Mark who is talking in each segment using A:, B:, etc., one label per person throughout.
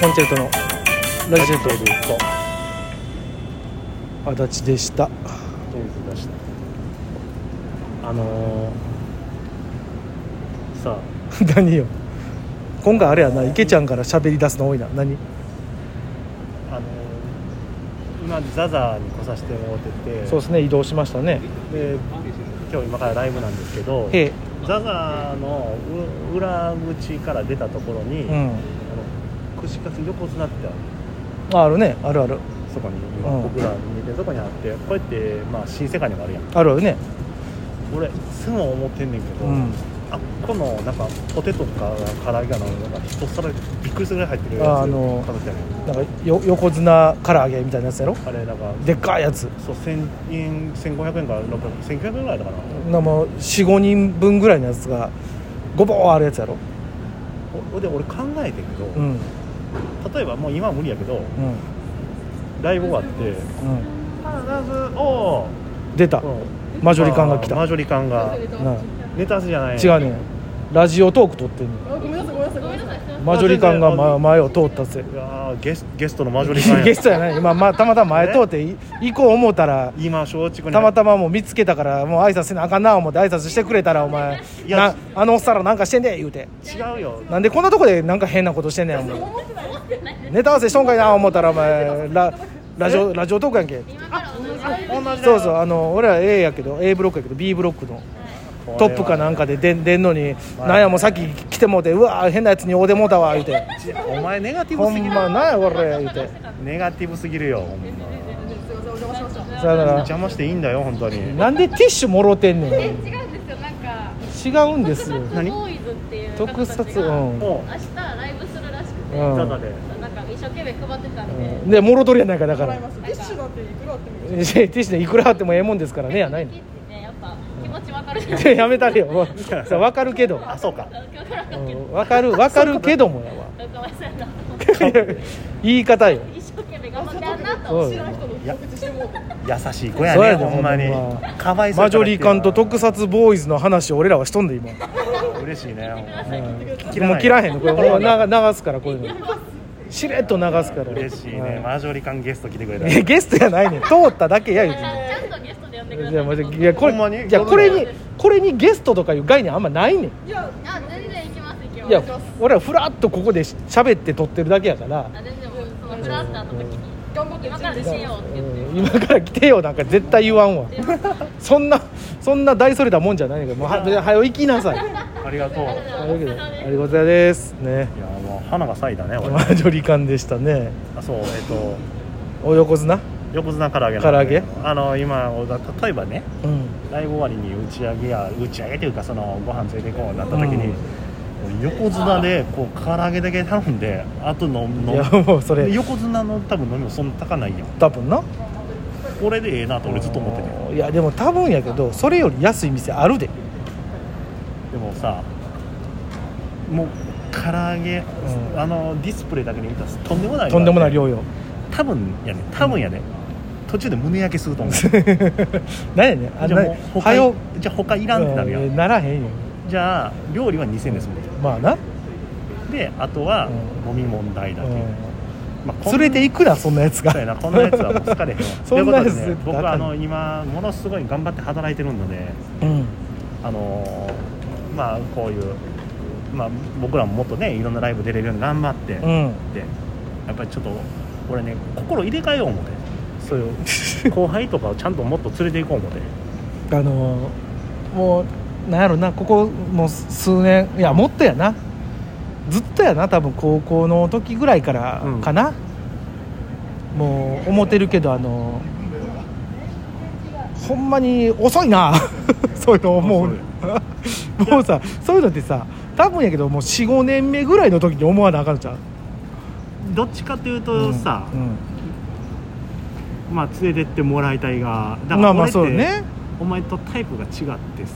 A: コンチェルトのラジオと足立でした
B: とりあえず出した
A: あの
B: さ
A: ー何よ今回あれやな池ちゃんから喋り出すの多いな何
B: ああの今ザザに来させてもらってて
A: そうですね移動しましたね
B: で今日今からライブなんですけど
A: へえ
B: ザザのう裏口から出たところに、
A: う
B: あの
A: ん
B: 串カツ横綱ってある
A: ああるねあるある
B: そこに今
A: うん
B: 僕ら見てるとこにあってこうやって、まあ、新世界にもあるやん
A: あるよね
B: 俺いつも思ってんねんけど、
A: うん
B: あっこのなんかポテトとか唐揚げかななんか一皿びっくりするぐらい入ってるやつ
A: ああの
B: 食べてる
A: なんかよ横綱唐揚げみたいなやつやろ
B: あれなんか
A: でっかいやつ
B: そう1000円1500円から1900円ぐらいだから
A: なもう45人分ぐらいのやつがごぼうあるやつやろ
B: おで俺考えてんけど、
A: うん
B: 例えばもう今は無理やけど
A: うん
B: ライブ終わって
A: うん
B: 必ずおお
A: 出たマジョリ感が来た
B: マジョリ感が
A: な
B: ネタじゃない
A: 違うねラジオトーク撮ってんの
C: あごめんなさいごめんなさいごめんなさい
A: マジョリ感が
B: あ
A: ま前を通ったぜ
B: いやーゲスゲストのマジョリ感や
A: ゲストやないまあまあたまたま前通ってい行こう思うたら
B: 今松竹に
A: たまたまもう見つけたからもう挨拶せなあかんな思って挨拶してくれたらお前
B: いや
A: なあのおっさんらなんかしてんで言うて
B: 違うよ
A: なんでこんなとこでなんか変なことしてんねんお前ネタ合わせしとんかいな思ったらお前ララジオラジオトークやんけ
B: 同じだよ
A: そうそうあの俺ら A やけど A ブロックやけど B ブロックの
B: これ
A: ト
B: は
A: ップかなんかで出ん出んのに
B: はい
A: なんやもうさっき来てもうてうわ変なやつにおでもうたわ言うて
B: ちお前ネガティ
A: ほ
B: ブす
A: ん
B: ぎる
A: まなんやこれ言うて
B: ネガティブすぎるよほんま
A: さよなら
B: 邪魔していいんだよ本当に
A: なんでティッシュもろてんねん
D: 違うんですよなんか
A: 違うんですよ
D: 特撮ボーイズっていう方
A: 特
D: たちが
A: 撮うんう
B: も
D: 明日ライブするらしくて、
B: うた
A: ん
B: だで
D: なんか一生懸命配ってたんで、
A: うんでもろとるやないかだか
C: も
A: ら
C: らいますティッシュなんていくらあってもい
A: テ
C: い
A: ィッシュでいくらあってもええもんですからねやないの
D: キッチンねやっぱ気持ちわかるじゃない
A: でやめたれよもうさ分かるけど
B: あそうか
D: ですか
A: うん分かる分かるけどもやわ
D: ごめんなさいな
A: 言い方よ
D: 一生懸命頑張ってやんなと
A: そう
C: 知らん人の告別してもうて
B: 優しい子や
A: そうや
B: ね
A: で
B: ほんまに
A: ほんま
B: かわいそう
A: マ
B: や
A: ジ
B: か
A: ョ
B: らってい
A: リ
B: う
A: カンと特撮ボーイズの話を俺らはしとんで今
B: 嬉しいね
A: うんもう切らへんのこれもう
B: な
A: 流流すからこういうのしれっと流すから
B: 嬉しい
A: は
B: ねマジョリカンゲスト来てくれた
A: えゲストやないねん通っただけや言うてんねん
D: ちゃんとゲストで呼んでくだ
A: いや
D: さ
A: マ
D: い
A: ジでいやこ
B: ほんまに
A: れいやこれにこれにゲストとかいう概念あんまないねん
C: いや
D: あ全然行きます行きます
A: いや俺はフラッとここでし喋って撮ってるだけやから
D: あ全然もうそのフラッターの時に
C: 頑張って
D: 今から
C: う
D: で
C: ち
D: しようって言って
A: うん今から来てよなんか絶対言わん わ
D: 言いました
A: そんなそんな大それたもんじゃないねんけどもうははよ行きなさいと
B: ありがとう
A: いうわけでありがとうございですね
B: いやもう花が咲いたね俺
A: マジョリカンでしたね
B: あそうえっと
A: お横綱
B: 横綱唐揚げの
A: 唐揚げ
B: あの今例えばね
A: うん
B: ライブ終わりに打ち上げや打ち上げというかそのご飯連れて行こうになった時に、横綱でこう唐揚げだけ頼んであと飲
A: い
B: む飲
A: や
B: む
A: もうそれ
B: 横綱の多分飲みもそんな高ないやん
A: 多分な
B: これでええなと俺ずっと思ってて
A: いやでも多分やけどそれより安い店あるで
B: でもさもう唐揚げ、
A: ん
B: あのディスプレイだけで見たらとんでもない
A: とんでもない
B: 量
A: 量よ
B: 多分やね多分やね、途中で胸焼けすると思うじ
A: 何やねん
B: ゃ
A: あ
B: あ
A: な
B: もう他
A: はよ
B: じゃあ他いらんってなるやん、
A: うんならへんよ
B: じゃあ料理は2000円ですもん
A: まあな、
B: であとは
A: う
B: 飲み問題だけ、
A: う
B: まあ
A: ん、連れて行くなそんなやつが
B: そうやなこんなやつはもう疲れへんわ
A: そんなやつ
B: という
A: 絶
B: ことでね
A: 対あかん
B: 僕はあの今ものすごい頑張って働いてるので
A: うん
B: あのーまあこういう、まあ、僕らももっとねいろんなライブ出れるように頑張って、
A: う
B: で
A: ん
B: やっぱりちょっと俺ね心入れ替えよう思て
A: そうよ
B: 後輩とかをちゃんともっと連れて行こう思て
A: あのーもうなんやろなここもう数年いやもっとやなずっとやな多分高校の時ぐらいから
B: うん
A: かな、もう思ってるけどあのーほんまに遅いな そういうの思うもうさそういうのってさ多分やけどもう45年目ぐらいの時に思わなあかんじゃん
B: どっちかというとさ、
A: うん
B: まあ、連れてってもらいたいがだか
A: ま
B: ら
A: あまあ
B: 俺って、
A: そうよね
B: お前とタイプが違って
A: う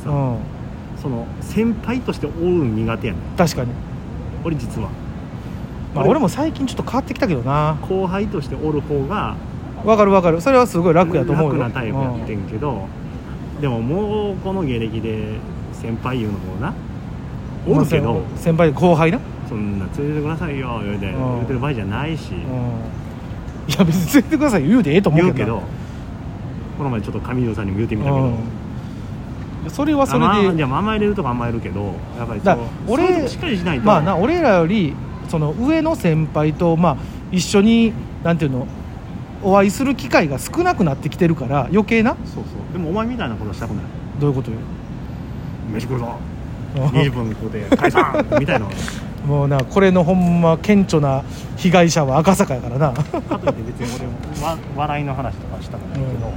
B: さ、
A: ん
B: その先輩としておるん苦手やねん
A: 確かに、
B: 俺実は
A: まあ、
B: 俺
A: 俺も最近ちょっと変わってきたけどな
B: 後輩としておる方が
A: わかるわかるそれはすごい楽やと思うよ
B: 楽なタイプやってんけど、でももうこの芸歴で先輩いうのもな
A: う
B: おるけど
A: まあ先輩後輩な、
B: そんな連れてくださいよ言うて
A: うん
B: 言うてる場合じゃないし
A: うん、いや別に連れてください言うでええと思
B: 言
A: う
B: う
A: け
B: け
A: ど
B: どこの前ちょっと上條さんにも言うてみたけ
A: う
B: ど
A: んいやそれはそれで
B: あまあじゃあ甘えれるとか甘えるけどやっぱりそ
A: だ
B: う
A: 俺
B: そういうとこしっかりしないと
A: まあな俺らよりその上の先輩と、まあ、一緒になんていうのお会いする機会が少なくなってきてるから余計な
B: そうそうでもお前みたいなことしたくない
A: どういうことよ
B: 飯食うぞ20分食うて解散みたいな
A: もうなこれのほんま顕著な被害者は赤坂や からな
B: かといって別に俺もわ笑いの話とかしたくないけど、
A: うん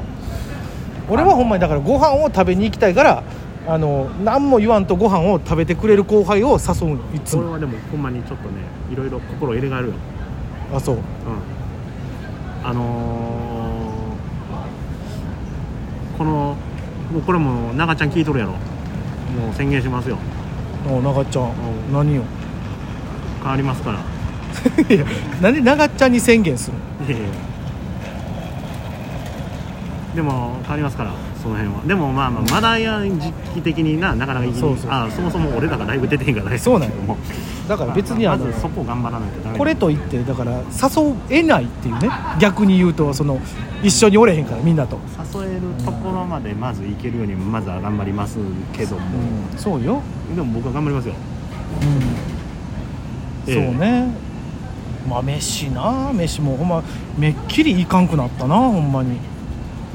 A: 俺はほんまにだからご飯を食べに行きたいからあの何も言わんとご飯を食べてくれる後輩を誘うのいつ
B: 俺
A: も
B: はでもほんまにちょっとねいろいろ心入れ替えるよ、
A: あそう
B: うん、あのーこのもうこれも長ちゃん聞いとるやろもう宣言しますよ
A: お長ちゃ
B: うん
A: ん何よ
B: 変わりますから
A: いやなんで長ちゃんに宣言するの
B: いやいやでも変わりますからその辺はでもまあまあまだや時期的にななかなかいきに
A: そうそう
B: あそもそも俺らがライブ出てへんからね
A: そう なんよ
B: も
A: だから別にあ
B: ま
A: の
B: あまずそこ頑張らないとダメ
A: これといってだから誘えないっていうね逆に言うとその一緒におれへんからみんなと、
B: 誘えるところまでまず行けるようにまずは頑張りますけど
A: う
B: も、
A: ん、そうよ、
B: でも僕は頑張りますよ
A: うん
B: ええ
A: そうねまあ飯な飯もほんまめっきりいかんくなったなほんまに
B: い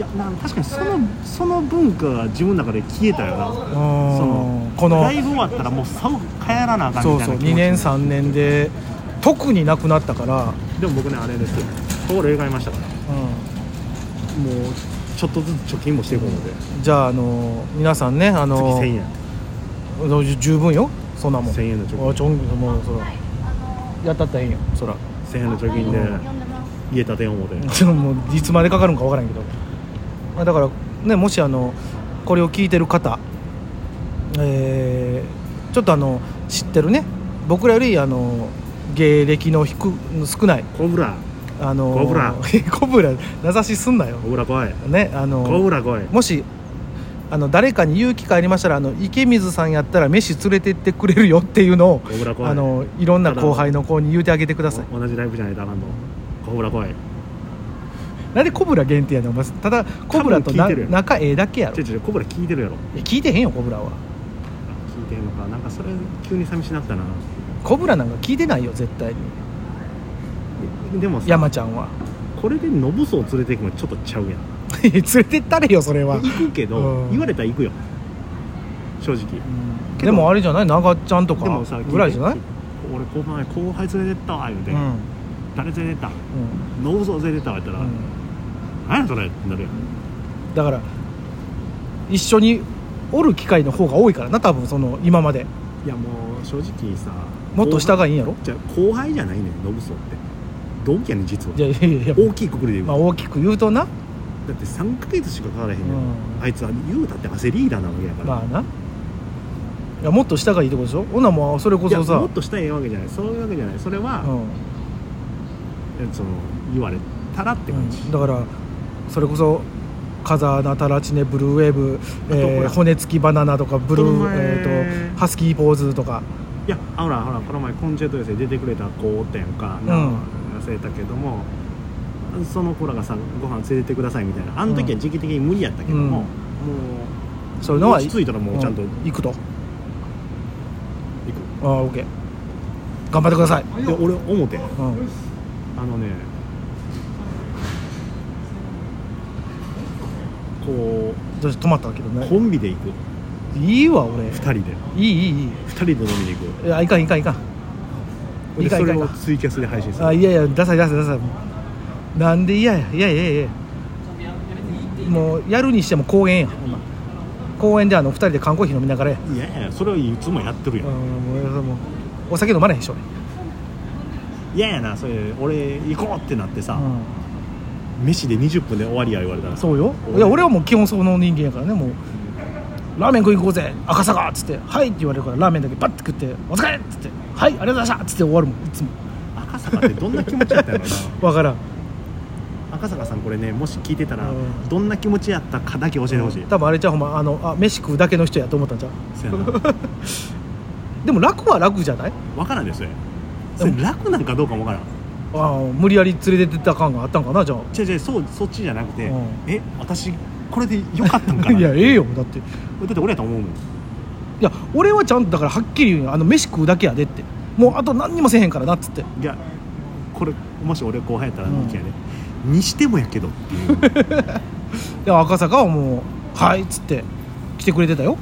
B: やなん確かにそのその文化が自分の中で消えたよな
A: うん
B: その
A: この
B: ライブ終わったらもうさも帰らなあかん
A: そ
B: み
A: う
B: たい
A: そ
B: な
A: う
B: 気持ち
A: 2年3年で特になくなったから、
B: でも僕ねあれです心入れ替えましたから
A: う
B: もうちょっとずつ貯金もしていこうので
A: ん、じゃああの皆さんねあ
B: 月
A: の
B: 1000円
A: 十分よそんなもん
B: 1000円の貯金
A: あちょんもうそらやったったらええんよそら
B: 1000円の貯金で家建てよう思て
A: ちょもういつまでかかるんかわからんけど、まあ、だからねもしあのこれを聞いてる方えーちょっとあの知ってるね僕らよりあの芸歴の低く少ない
B: コブラ
A: あの
B: コブラ
A: コブラ名指しすんなよ
B: コブラ来い
A: ねあの
B: コブラ来い
A: もしあの誰かに言う機会ありましたらあの池水さんやったら飯連れてってくれるよっていうのを
B: コブラ来い
A: あのいろんな後輩の子に言うてあげてください
B: お同じライブじゃないとあかんとコブラ来い
A: なんでコブラ限定やねんお前ただコブラと
B: 多分聞い
A: な
B: てるやろ
A: 仲ええだけやろ
B: ちょいちょいコブラ聞いてるやろ
A: いや聞いてへんよコブラは
B: 聞いてんのかなんかそれ急に寂しなったな
A: コブラなんか聞いてないよ絶対に
B: でもさ
A: 山ちゃんは
B: これでノブソを連れていくのちょっとちゃうやん
A: いや連れてったれよそれは、
B: 行くけど
A: うん
B: 言われたら行くよ正直
A: でもあれじゃない長ちゃんと
B: で
A: か
B: もさ
A: ぐらいじゃない
B: 聞て俺この前後輩連れてったわ言うて、
A: うん
B: 誰連れてった
A: うん
B: ノブソ連れてったわ言っ
A: う
B: たら、
A: ん
B: 何やそれってなるやん
A: だから一緒におる機会の方が多いからな多分その今まで
B: いやもう正直さ
A: もっと下
B: 後輩
A: がいいんやろ
B: じゃあ後輩じゃないねんノブソって同期やねん実はい
A: やいやいや、
B: 大きいくくりで言う、
A: まあ、大きく言うとな
B: だって3ヶ月しかかからへんやん、
A: うん
B: あいつは言うたって汗リーダーなわけやから、
A: まあないやもっと下がいいってことでしょほなもうそれこ
B: いや
A: そさ
B: もっとしたらええわけじゃないそういうわけじゃないそれは、
A: うん
B: その言われたらって感じ、
A: だからそれこそ風穴タラチネブルーウェーブ、
B: あとほ
A: えー
B: ら
A: 骨付きバナナとかブル
B: この
A: ー、
B: 前
A: えー、とハスキーポーズとか
B: いやあほらほらこの前コンチェルト寄せ出てくれた子おったやんか、
A: うん
B: な忘れたけどもその子らがさご飯連れてってくださいみたいなあの時は時期的に無理やったけども、
A: うん
B: も
A: そういうのは
B: 落ち着いたらもうちゃんと
A: う行くと
B: う行
A: ああ OK 頑張ってください、
B: くで俺思て
A: うん、
B: あのねこ
A: じゃあ止まったけど
B: う
A: ね
B: コンビで行く
A: いいわ俺い
B: 2人で
A: いいいい
B: 2人で飲みに行
A: いやいかんいかんいかん
B: く
A: い
B: で
A: かん
B: そ
A: いか
B: れ
A: んい
B: を
A: か
B: ツイキャスで配信す
A: んあ
B: る
A: いやいやダサいダサいダサいもうなんで嫌やいやいやいやいやもうやるにしても公園やほんま公園であの2人で缶コーヒー飲みながらや
B: いやいやそれはいつもやってるや
A: うん
B: ん
A: もうもうお酒飲まれへんしょ
B: 嫌やなそれ俺行こうってなってさ、
A: うん
B: 飯で20分で終わりや言われたら
A: そうよいや俺はもう基本その人間やからねもうラーメン食いに行こうぜ赤坂っつって「はい」って言われるからラーメンだけパッて食って「お疲れ!」っつって「はいありがとうございました!」っつって終わるもんいつも
B: 赤坂ってどんな気持ちやったんや ろな
A: わからん
B: 赤坂さんこれねもし聞いてたら
A: うん
B: どんな気持ちやったかだけ教えてほしい、
A: 多分あれちゃうほんまあのあ飯食うだけの人やと思ったんちゃう
B: そうやな
A: でも楽は楽じゃない
B: わからんですよそれ
A: でも
B: 楽なんかどうかもわからん
A: ああ無理やり連れてってた感があったんかなじゃあ
B: 違う違うそうそっちじゃなくて、
A: うん
B: え私これでよかったんかない
A: やええよだ ってい
B: だって俺やと思うもん
A: や俺はちゃんとだからはっきり言うよあの飯食うだけやでってもうあと何にもせえへんからなっつって
B: いやこれもし俺後輩やったらのきやね、にしてもやけどっていう、うん
A: で赤坂はもう「はい」っつって来てくれてたよ、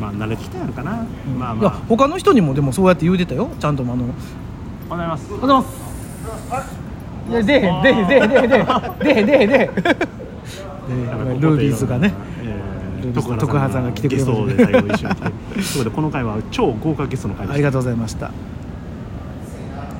B: まあ慣れてきたんやろかな、まあ
A: いや
B: ま
A: 他の人にもでもそうやって言うてたよちゃんとあの
B: あございます
A: おはようございます。いや、出へん、出へん、出へん、出へん、出へん、出へん、出へん。ルービーズがね。ルービーズ
B: 徳
A: 徳原さんが来てくれま
B: ま
A: し
B: したたゲストで最後一緒に来てということでこの回は超豪華ゲストの回でした
A: ありがとうございました。